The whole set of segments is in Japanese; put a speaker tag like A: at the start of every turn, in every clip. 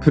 A: プ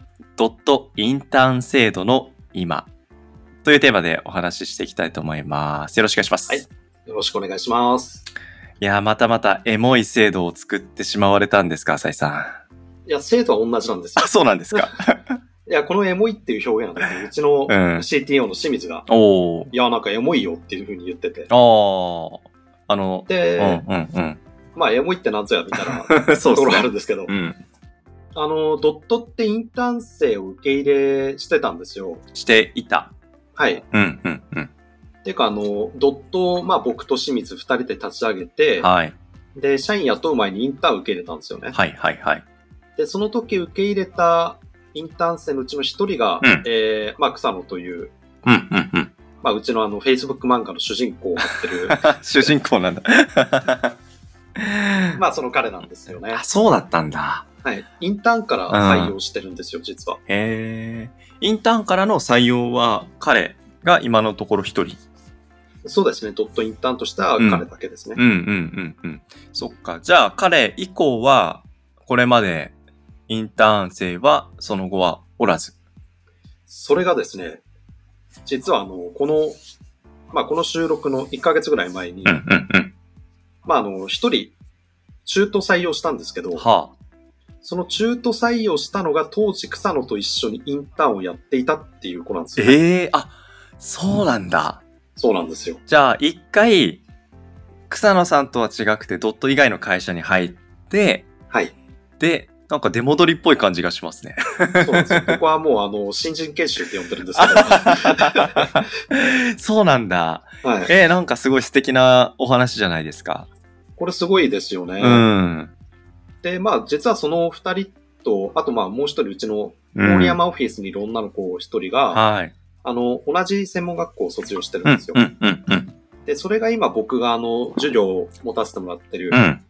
A: ドットインターン制度の今というテーマでお話ししていきたいと思います。よろしくお願いします。
B: はい
A: い
B: よろしくお願いします。
A: やー、またまたエモい制度を作ってしまわれたんですか、浅井さん。
B: いや、生徒は同じなんですよ
A: あ、。そうなんですか。
B: いや、このエモいっていう表現はですね、うち の
A: うん
B: CTO の清水が、
A: おー。
B: いや、なんかエモいよっていうふうに言ってて。
A: あー。あの、うん
B: で、
A: うん
B: まあ、エモいってなんぞや、みた いな
A: うん。そう
B: と
A: です
B: ころがあ
A: ね
B: る。んですけど、
A: うん。
B: あの、ドットってインターン生を受け入れしてたんですよ。
A: していた。
B: はい。
A: うんうんうん。
B: てか、あの、ドットを、まあ、僕と清水二人で立ち上げて、
A: はい。
B: で、社員雇う前にインターン受け入れたんですよね。
A: はいはいはい。
B: で、その時受け入れたインターン生のうちの一人が、
A: うん
B: えー、まあ、草野という、
A: うんうん うん。
B: まあ、うちのあの、Facebook 漫画の主人公をやっ てる、
A: 主人公なんだ。
B: まあ、その彼なんですよね
A: あ、。そうだったんだ。
B: はい。インターンから採用してるんですよ、実は。
A: へえ。インターンからの採用は彼が今のところ一人。
B: そうですね、ドットインターンとしては彼だけですね。
A: うんうんうんうん。そっか。じゃあ彼以降は、これまでインターン生はその後はおらず。
B: それがですね、実はあの、この、まあ、この収録の1ヶ月ぐらい前に、
A: うんうん。
B: まあ、あの、一人、中途採用したんですけど、
A: は
B: その中途採用したのが当時草野と一緒にインターンをやっていたっていう子なんです
A: あ。
B: よ。
A: ええあ、そうなんだ。
B: そうなんですよ。
A: じゃあ一回、草野さんとは違くてドット以外の会社に入って、
B: はい。
A: で、なんか出戻りっぽい感じがし ますね。
B: そうなんですよ。ここはもうあの、新人研修って呼んでるんですけど、 は
A: そうなんだ。
B: い。
A: えー、なんかすごい素敵なお話じゃないですか。
B: これすごいですよね。
A: うん。
B: で、まあ、実はその二人と、あとまあ、もう一人、うちの
A: うん
B: 郡山オフィスにいる女の子一人が、
A: はい。
B: あの、同じ専門学校を卒業してる
A: うんん
B: ですよ。
A: うんうんうん
B: で、それが今僕があの、授業を持たせてもらってる、
A: うん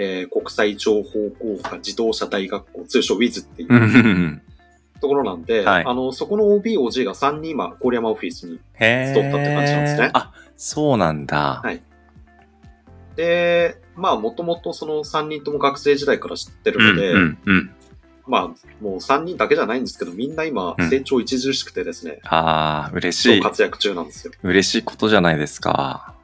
B: えー国際情報工科自動車大学校、通称 WIZ ってい
A: うんうん
B: う
A: うん
B: ところなんで、
A: はい
B: あの、そこの OB、OG が3人今、郡山オフィスに。
A: へえ。
B: 太ったって感じなんですね
A: あ、そうなんだ。
B: はいで、まあ、もともとその3人とも学生時代から知ってるので、
A: うんうんうん。
B: まあ、もう3人だけじゃないんですけど、みんな今
A: うん、
B: 成長著しくてですね、
A: ああ、嬉し
B: 超
A: い。
B: 活躍中なんですよ。
A: 嬉しいことじゃないですか。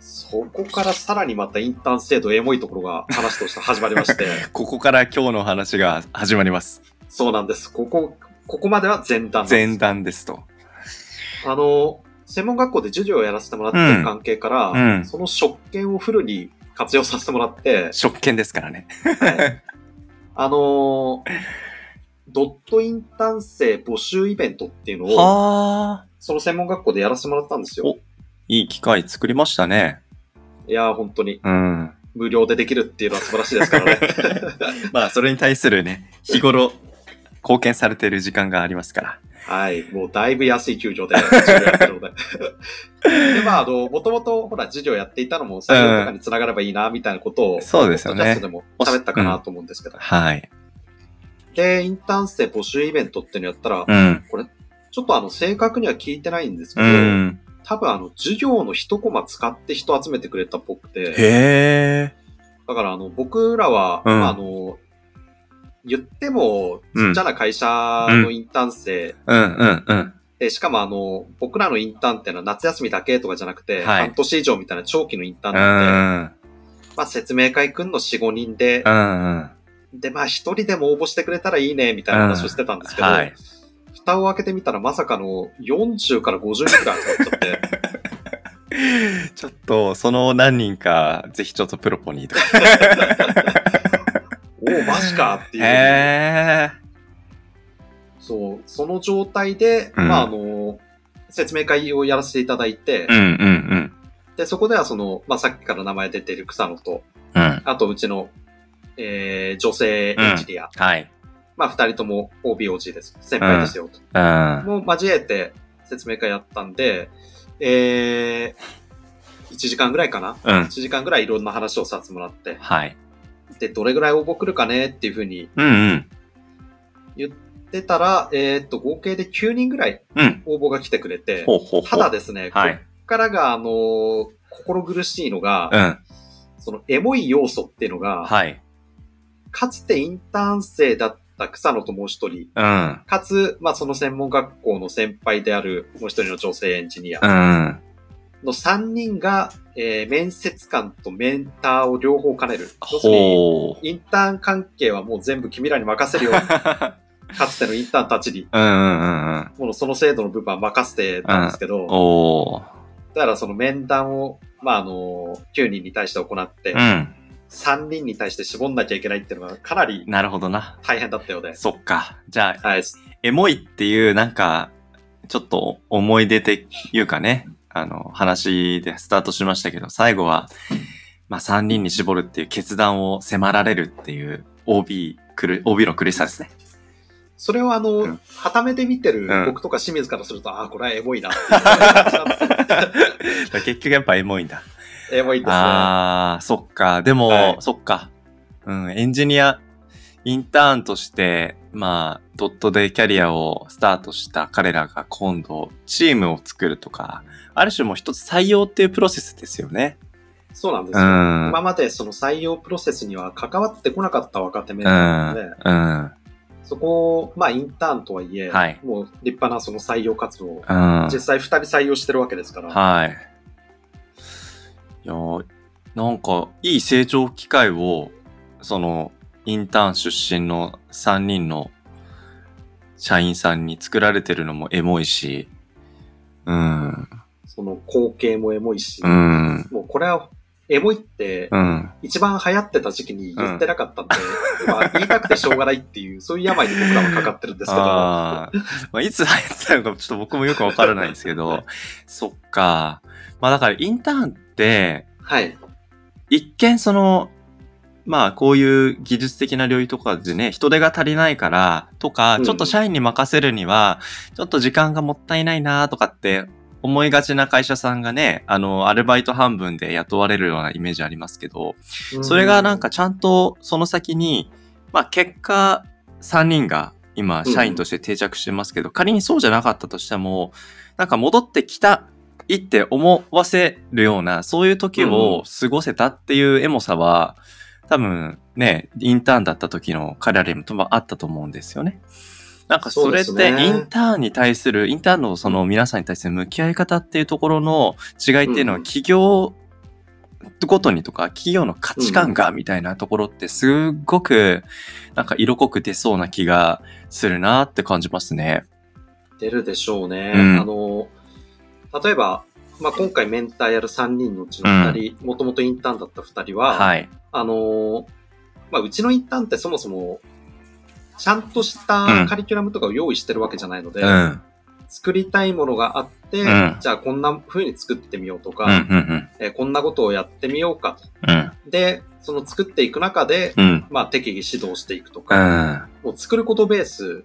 B: そこからさらにまたインターン制度エモいところが話として始まり まして、
A: ここから今日の話が始まります。
B: そうなんです。ここ、ここまでは前段なんです
A: 前。段ですと。
B: あの、専門学校で授業をやらせてもらってる関係から、
A: うんうん
B: その職権をフルに活用させてもらって、
A: 職権ですからね。
B: はいあの、ドットインターン生募集イベントっていうのを、
A: はあ。
B: その専門学校でやらせてもらったんですよ。
A: いい機会作りましたね。
B: いやー、本当に
A: うん。
B: 無料でできるっていうのは素晴らしいですからね。
A: まあ、それに対するね、日頃、貢献されている時間がありますから。
B: はい、もうだいぶ安い給料で、授業やってるので。で、まあ、あの、もともと、ほら、授業やっていたのも、採用とかにつながればいいな、みたいなことを、
A: そうですよね
B: ポッドキャストでも喋ったかなと思うんですけど。
A: はい。
B: で、インターン生募集イベントっていうのやったら、
A: うん。
B: ちょっとあの、正確には聞いてないんですけ
A: う
B: ど、
A: ん。
B: 多分あの、授業の一コマ使って人集めてくれたっぽくて、
A: へえ。
B: だからあの、僕らは、
A: うん
B: まあ、あの、言っても、
A: うん
B: ちっちゃな会社のインターン生、
A: うんうんうん。
B: で、しかもあの、僕らのインターンってのは夏休みだけとかじゃなくて、
A: はい
B: 半年以上みたいな長期のインターン
A: う
B: なんで、
A: ん。
B: まあ説明会くんの4、5人で、
A: うんうん。
B: で、まあ一人でも応募してくれたらいいね、みたいな話をしてたんですけど、
A: うんはい
B: 蓋を開けてみたらまさかの40から50人くらい集まっち ゃって、
A: ちょっと、その何人か、ぜひちょっとプロポにとか。
B: おお、マジかっていう。
A: へえ。
B: そう、その状態で、
A: うん
B: まああの、説明会をやらせていただいて、
A: うんうん
B: で、そこではその、まあさっきから名前出てる草野と、
A: うん。うん。
B: あとうちの、えー、女性エンジニア、
A: はい。
B: まあ二人とも OBOG です。先輩です
A: う
B: よ。
A: ん。
B: もう交えて説明会やったんで、えー、1時間ぐらいかな
A: うん
B: ?1。時間ぐらいいろんな話をさせてもらって、
A: はい。
B: で、どれぐらい応募来るかねっていうふうに
A: うんうん。
B: 言ってたら、えーっと、合計で9人ぐらい
A: うん。
B: 応募が来てくれて、
A: ほうほうほう。
B: ただですね、
A: は
B: こ
A: い。
B: っからが、あのー心苦しいのが、
A: うん。
B: そのエモい要素っていうのが、
A: はい。
B: かつてインターン生だった草野ともう一人、
A: うん。
B: かつ、まあ、その専門学校の先輩であるもう一人の女性エンジニア
A: うん。
B: の3人が、えー面接官とメンターを両方兼ねる。要するに
A: ほう。
B: インターン関係はもう全部君らに任せるよ。 かつてのインターンたちに、
A: うんうんうんうん。
B: もうその制度の部分は任せてたんですけど、
A: おー。
B: だからその面談を、まあ、あの、9人に対して行って、
A: うん。
B: 3人に対して絞んなきゃいけないっていうのがかなり
A: なるほどな。
B: 大変だったようで。
A: そっか。じゃあ、
B: はい。
A: エモいっていう、なんか、ちょっと思い出っていうかね、あの、話でスタートしましたけど、最後は、まあ、3人に絞るっていう決断を迫られるっていう、OB、くる、OB の苦しさですね。
B: それをあの、
A: うん
B: 旗目で見てる
A: うん
B: 僕とか清水からすると、ああ、これはエモいなっていう感じなんですよ
A: 結局やっぱエモいんだ。
B: エモいですね。は
A: ああ、そっか。でも、
B: はい
A: そっか。うん、エンジニア、インターンとして、まあ、ドットでキャリアをスタートした彼らが今度、チームを作るとか、ある種もう一つ採用っていうプロセスですよね。
B: そうなんです
A: う
B: よ。
A: ん。
B: 今までその採用プロセスには関わってこなかった若手メンバーなので、
A: うん。
B: そこを、まあインターンとはいえ、
A: はい
B: もう立派なその採用活動を、
A: うん。
B: 実際2人採用してるわけですから、
A: はい。いやーなんか、いい成長機会を、その、インターン出身の3人の社員さんに作られてるのもエモいし、うん、
B: その光景もエモいし、
A: うん、
B: もうこれは、エモいって
A: う、ん。
B: 一番流行ってた時期に言ってなかったんで、今言いたくてしょうがないっていう、そういう病に僕らはかかってるんですけど、
A: あーまあ、いつ入ってたのかちょっと僕もよくわからないんですけど、そっか。まあだからインターンって、
B: はい。
A: 一見その、まあこういう技術的な領域とかでね、人手が足りないからとか
B: う、ん
A: ちょっと社員に任せるには、ちょっと時間がもったいないなとかって思いがちな会社さんがね、あの、アルバイト半分で雇われるようなイメージありますけど、それがなんかちゃんとその先に、まあ結果3人が今社員として定着してますけど、仮にそうじゃなかったとしても、なんか戻ってきたいって思わせるような、そういう時を過ごせたっていうエモさは、多分ね、インターンだった時の彼らにも多分あったと思うんですよね。なんかそれっ
B: そうです
A: て
B: ね
A: インターンに対する、インターンのその皆さんに対する向き合い方っていうところの違いっていうの
B: う
A: は
B: ん
A: 企業ごとにとか企業の価値観がみたいなところってすっごくなんか色濃く出そうな気がするなって感じますね。
B: 出るでしょうね。
A: うん
B: あの、例えば、まあ、今回メンターやる3人のうちの2人、もともとインターンだった2人は、
A: はい。
B: あの、まあ、うちのインターンってそもそも、ちゃんとし
A: うん
B: たカリキュラムとかを用意してるわけじゃないので、
A: うん。うん
B: 作りたいものがあって、
A: うん
B: じゃあこんな風に作ってみようとか、
A: うん
B: えーこんなことをやってみようか
A: うん。うん。
B: で、その作っていく中で、
A: うん。
B: まあ、適宜指導していくと
A: う
B: か、
A: ん。
B: もう作ることベース、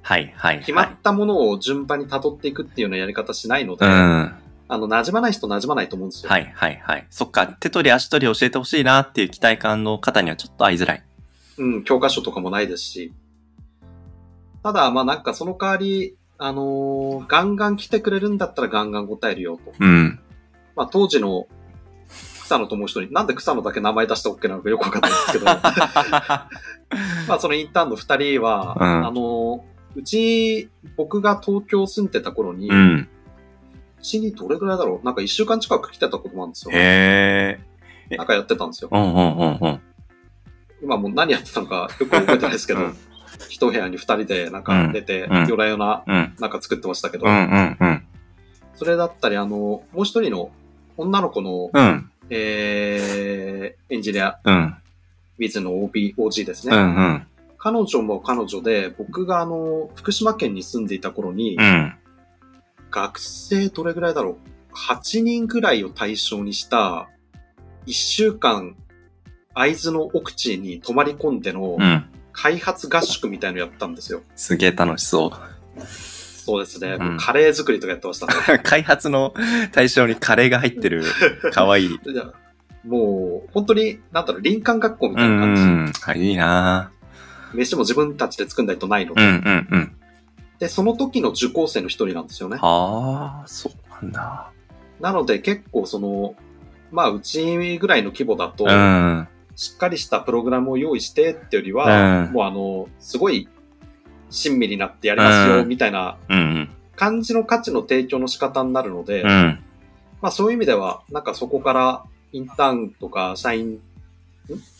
A: はいはい
B: 決
A: は
B: ま
A: い
B: っ。たものを順番に辿っていくっていうようなやり方しないので、
A: うん。
B: あ
A: は
B: の、馴染まない人馴染まないと思うんです
A: い
B: よ。
A: はいはい。そっか、手取り足取り教えてほしいなっていう期待感の方にはちょっと合いづらい。
B: うん、教科書とかもないですし。ただ、まあなんかその代わり、あのーガンガン来てくれるんだったらガンガン答えるよと。
A: うん。
B: まあ当時の草野ともう一人、なんで草野だけ名前出して OK なのかよくわかんな いんですけど、まあそのインターンの二人は、
A: うん
B: あのーうち、僕が東京住んでた頃に、
A: う。
B: うんちにどれぐらいだろうなんか一週間近く来てたこともあるんですよ。
A: へえ。
B: なんかやってたんですよ。
A: うんうんうんうん。
B: 今もう何やってたのかよく覚えてないですけど、
A: うん
B: 一部屋に二人でなんか出て、
A: うん
B: 夜な夜な
A: うん。
B: なんか作ってましたけど、
A: うんうんうん。
B: それだったり、あの、もう一人の女の子の、
A: うん。
B: えー、エンジニア、
A: うん。
B: ウィズの OB、OG です
A: う
B: ね。
A: んうん。
B: 彼女も彼女で、僕があの、福島県に住んでいた頃に、
A: うん。
B: 学生どれぐらいだろう ?8 人ぐらいを対象にした、1週間、会津の奥地に泊まり込んでの
A: うん。
B: 開発合宿みたいのやったんですよ。
A: すげえ楽しそ
B: そうですね。
A: うん
B: カレー作りとかやってました ね。
A: う。 開発の対象にカレーが入って る、かわいい。
B: じゃあもう、本当に、なんだろう、林間学校み
A: う
B: たい
A: ん
B: な
A: う
B: 感
A: ん。あいいな
B: じ。飯も自分たちで作んないとない
A: う
B: ので。
A: んうんうん。
B: で、その時の受講生の一人なんですよね。
A: ああ、そうなんだ。
B: なので結構その、まあ、うちぐらいの規模だと、
A: うん。
B: しっかりしたプログラムを用意してってより
A: う
B: は、
A: ん
B: もうあの、すごい、親身になってやりますよ、
A: うん
B: みたいな
A: うん
B: 感じの価値の提供の仕方になるので、
A: うん。うん。
B: まあそういう意味では、なんかそこからインターンとか社員、ん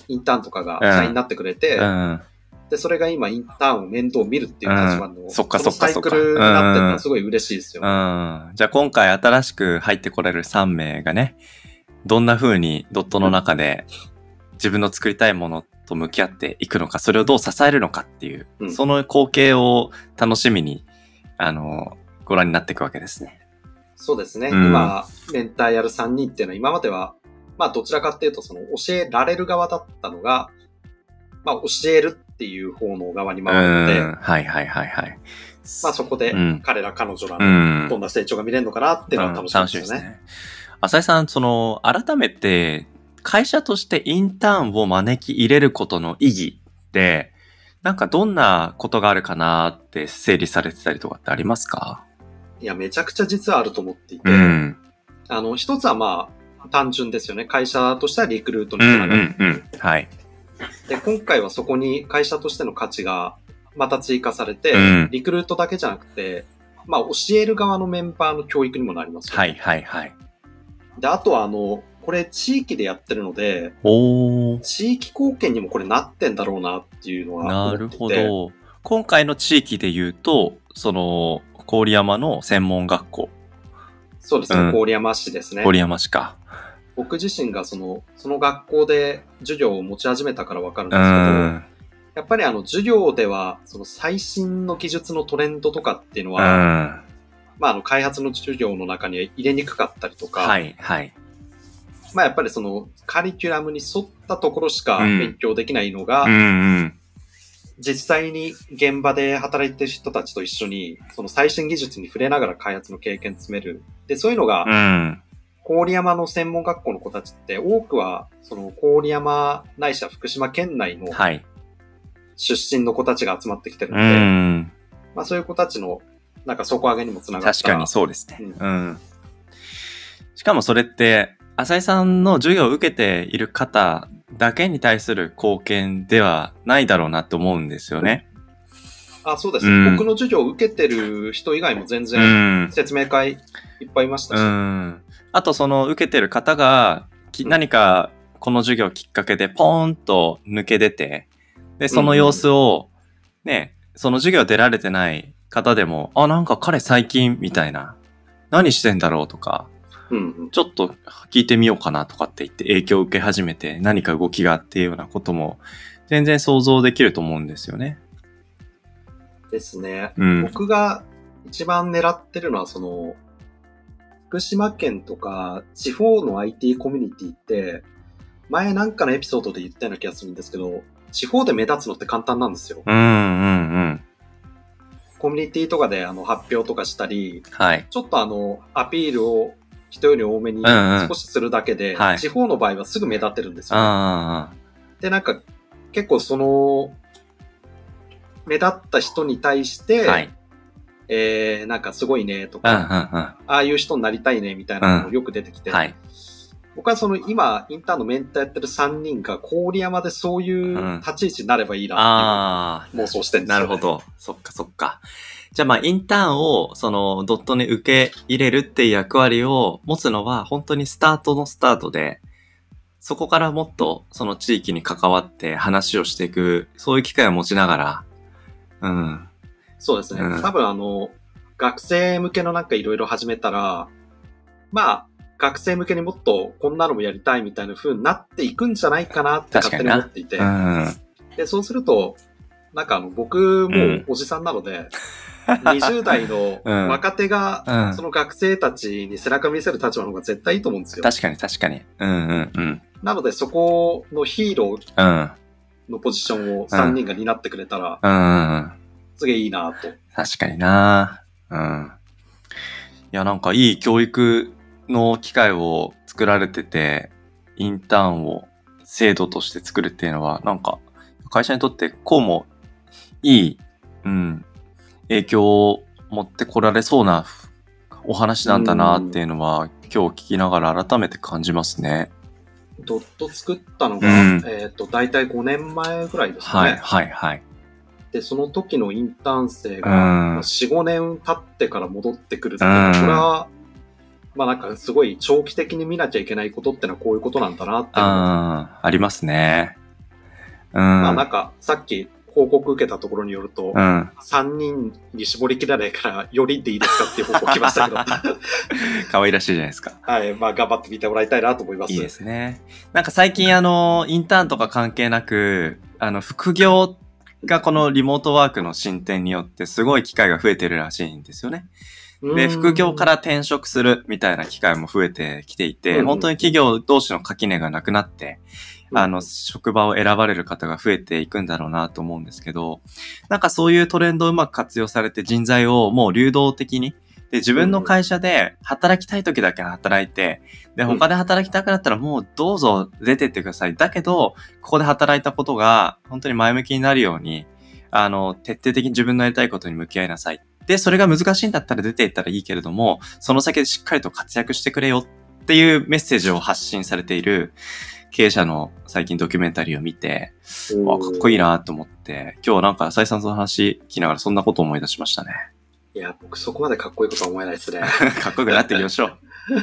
B: インターンとかが
A: うん
B: 社員になってくれて、
A: うん。
B: で、それが今インターンを面倒見るっていう立場の、
A: うんそっか
B: の
A: そっか
B: サイ
A: そっか
B: クルになってるのはすごい嬉しいですよ。
A: うんじゃあ今回新しく入ってこれる3名がね、どんな風にドットの中で自分の作りたいものと向き合っていくのか、それをどう支えるのかっていう、
B: うん
A: その光景を楽しみに、あの、ご覧になっていくわけですね。
B: そうですね。
A: うん
B: 今、メンターやる3人っていうのは今までは、まあどちらかっていうと、その教えられる側だったのが、まあ教えるっていう方の側に
A: う
B: 回って、
A: ん。はいはいはいはい。
B: まあそこで
A: うん
B: 彼ら彼女ら
A: う
B: の
A: ん。
B: どんな成長が見れるのかなっていうのは楽しみですよね。
A: うん楽しみですね浅井さん、その、改めて、会社としてインターンを招き入れることの意義って、なんかどんなことがあるかなって整理されてたりとかってありますか
B: いや、めちゃくちゃ実はあると思っていて、
A: うん。
B: あの、一つはまあ、単純ですよね。会社としてはリクルートに
A: う
B: つ
A: ん
B: なが
A: う
B: る。
A: んうん。はい。
B: で、今回はそこに会社としての価値がまた追加されて、
A: うん
B: リクルートだけじゃなくて、まあ、教える側のメンバーの教育にもなりますよね、
A: はいはいはい。
B: で、あとはあの、これ地域でやってるので、
A: おー。
B: 地域貢献にもこれなってんだろうなっていうのは
A: な
B: 思って
A: る
B: いて。
A: ほ。ど。今回の地域で言うと、その、郡山の専門学校、
B: そうですね、
A: うん
B: 郡山市ですね。
A: 郡山市か。
B: 僕自身がその、その学校で授業を持ち始めたからわかるんで
A: う
B: すけど、
A: ん。
B: やっぱりあの授業では、その最新の技術のトレンドとかっていうの
A: う
B: は、
A: ん。
B: まああの開発の授業の中に入れにくかったりとか、
A: はいはい。
B: まあやっぱりそのカリキュラムに沿ったところしか
A: うん
B: 勉強できないのが、
A: うんうん。
B: 実際に現場で働いてる人たちと一緒に、その最新技術に触れながら開発の経験積める。で、そういうのが
A: う、ん。
B: 郡山の専門学校の子たちって、多くは、その郡山ないしは福島県内の
A: はい。
B: 出身の子たちが集まってきてるの
A: う
B: で、
A: ん。
B: まあそういう子たちの、なんか底上げにもつながった
A: 確かにそうですね。
B: う
A: うん。しかもそれって、浅井さんの授業を受けている方だけに対する貢献ではないだろうなと思うんですよね。
B: あ、そうです、
A: うん
B: 僕の授業を受けてる人以外も全
A: う
B: 然
A: ん。
B: 説明会いっぱいいましたし、
A: うん。あとその受けてる方が、き何かこの授業きっかけでポーンと抜け出て、で、その様子を、ね、その授業出られてない方でも、あ、なんか彼最近みたいな、何してんだろうとか、
B: うんうん
A: ちょっと聞いてみようかなとかって言って影響を受け始めて何か動きがあっていうようなことも全然想像できると思うんですよね。
B: ですね。
A: うん。
B: 僕が一番狙ってるのは、その、福島県とか地方の IT コミュニティって、前なんかのエピソードで言ったような気がするんですけど、地方で目立つのって簡単なんですよ。
A: うんうんうん。
B: コミュニティとかであの発表とかしたり、
A: はい。
B: ちょっとあの、アピールを人より多めに
A: うんうん
B: 少しするだけで、
A: はい
B: 地方の場合はすぐ目立ってるんですよね、
A: あ
B: で、なんか、結構その、目立った人に対して、
A: あ。はい。
B: えー、なんかすごいねと
A: うんう
B: か、
A: んう
B: ああいう人になりたいねみたいなの
A: う
B: も
A: ん
B: よく出てきて、
A: ん。はい。
B: 僕はその今、インターンのメンターやってる3人が郡山でそういう立ち位置になればいいなっ
A: あ
B: ていう妄
A: あ。
B: 想してるんです
A: な
B: よ、
A: る
B: ね。
A: ほ。ど。そっかそっか。じゃあまあインターンをそのドットに受け入れるっていう役割を持つのは本当にスタートのスタートで、そこからもっとその地域に関わって話をしていく、そういう機会を持ちながら、うん、
B: そうですね。
A: うん
B: 多分あの、学生向けのなんかいろいろ始めたら、まあ、学生向けにもっとこんなのもやりたいみたいな風になっていくんじゃないかなって勝手に思っていて。
A: うん。
B: で、そうすると、なんかあの、僕
A: う
B: も
A: ん
B: おじさんな ので、20代の
A: うん
B: 若手
A: う
B: が
A: ん、
B: その学生たちに背中見せる立場の方が絶対いいと思うんですよ。
A: 確かに確かに。うんうんうん。
B: なので、そこのヒーロー
A: うん。
B: のポジションを3人が担ってくれたら、
A: うん。
B: すげえいいなと。
A: 確かになうん。いや、なんかいい教育の機会を作られてて、インターンを制度として作るっていうのは、なんか会社にとってこうもいい、うん、影響を持ってこられそうなお話なんだなっていうのは、今日聞きながら改めて感じますね。
B: ドット作ったのが、
A: うん
B: えっ、と、だいたい5年前ぐらいですか
A: は
B: ね。
A: い、はい、はい。
B: で、その時のインターン生
A: う
B: が、
A: ん。
B: 4、5年経ってから戻ってくるっていうの
A: う
B: は、
A: ん
B: これは、まあなんかすごい長期的に見なきゃいけないことってのはこういうことなんだなっていうのが
A: あありますね。うん。
B: まあなんかさっき報告受けたところによる
A: う
B: と、
A: ん。
B: 3人に絞りきらないから、よりでいいですかっていう方向来ましたけど、
A: 可愛らしいじゃないですか。
B: はい、まあ頑張って見てもらいたいなと思います。
A: いいですね。なんか最近あの、インターンとか関係なく、あの、副業がこのリモートワークの進展によってすごい機会が増えてるらしいんですよね。
B: うん
A: で、副業か、ら転職するみたいな機会も増えてきていて、
B: うん
A: 本当に企業同士の垣根がなくなって、
B: うん
A: あの、職場を選ばれる方が増えていくんだろうなと思うんですけど、なんかそういうトレンドをうまく活用されて人材をもう流動的に、で、自分の会社で働きたい時だけ働いて、で、
B: うん
A: 他で働きたくなったらもうどうぞ出てってください。だけど、ここで働いたことが本当に前向きになるように、あの、徹底的に自分のやりたいことに向き合いなさい。で、それが難しいんだったら出ていったらいいけれども、その先でしっかりと活躍してくれよっていうメッセージを発信されている経営者の最近ドキュメンタリーを見て、あかっこいい
B: な。
A: なと思って、今日はなんか浅井さんとの話聞きながらそんなことを思い出しましたね。
B: いや、僕そこまでかっこいいことは思えないですね。
A: かっこよくなっていきましょう。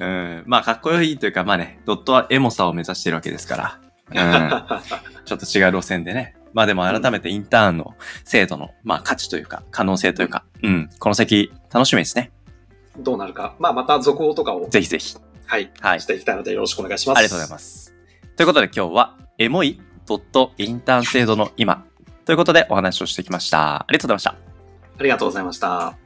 A: うん、まあ、かっこいいというか、まあね、ドットはエモさを目指してるわけですから、うん、ちょっと違う路線でね。まあでも改めてインターンの制度の、まあ価値というか、可能性というか、うん、この先楽しみですね。
B: どうなるか。まあまた続報とかを、
A: ぜひぜひ。
B: はい、
A: はい
B: し。ていきたいのでよろしくお願いします。
A: ありがとうございます。ということで今日は、エモいドットインターン制度の今ということでお話をしてきました。ありがとうございました。
B: ありがとうございました。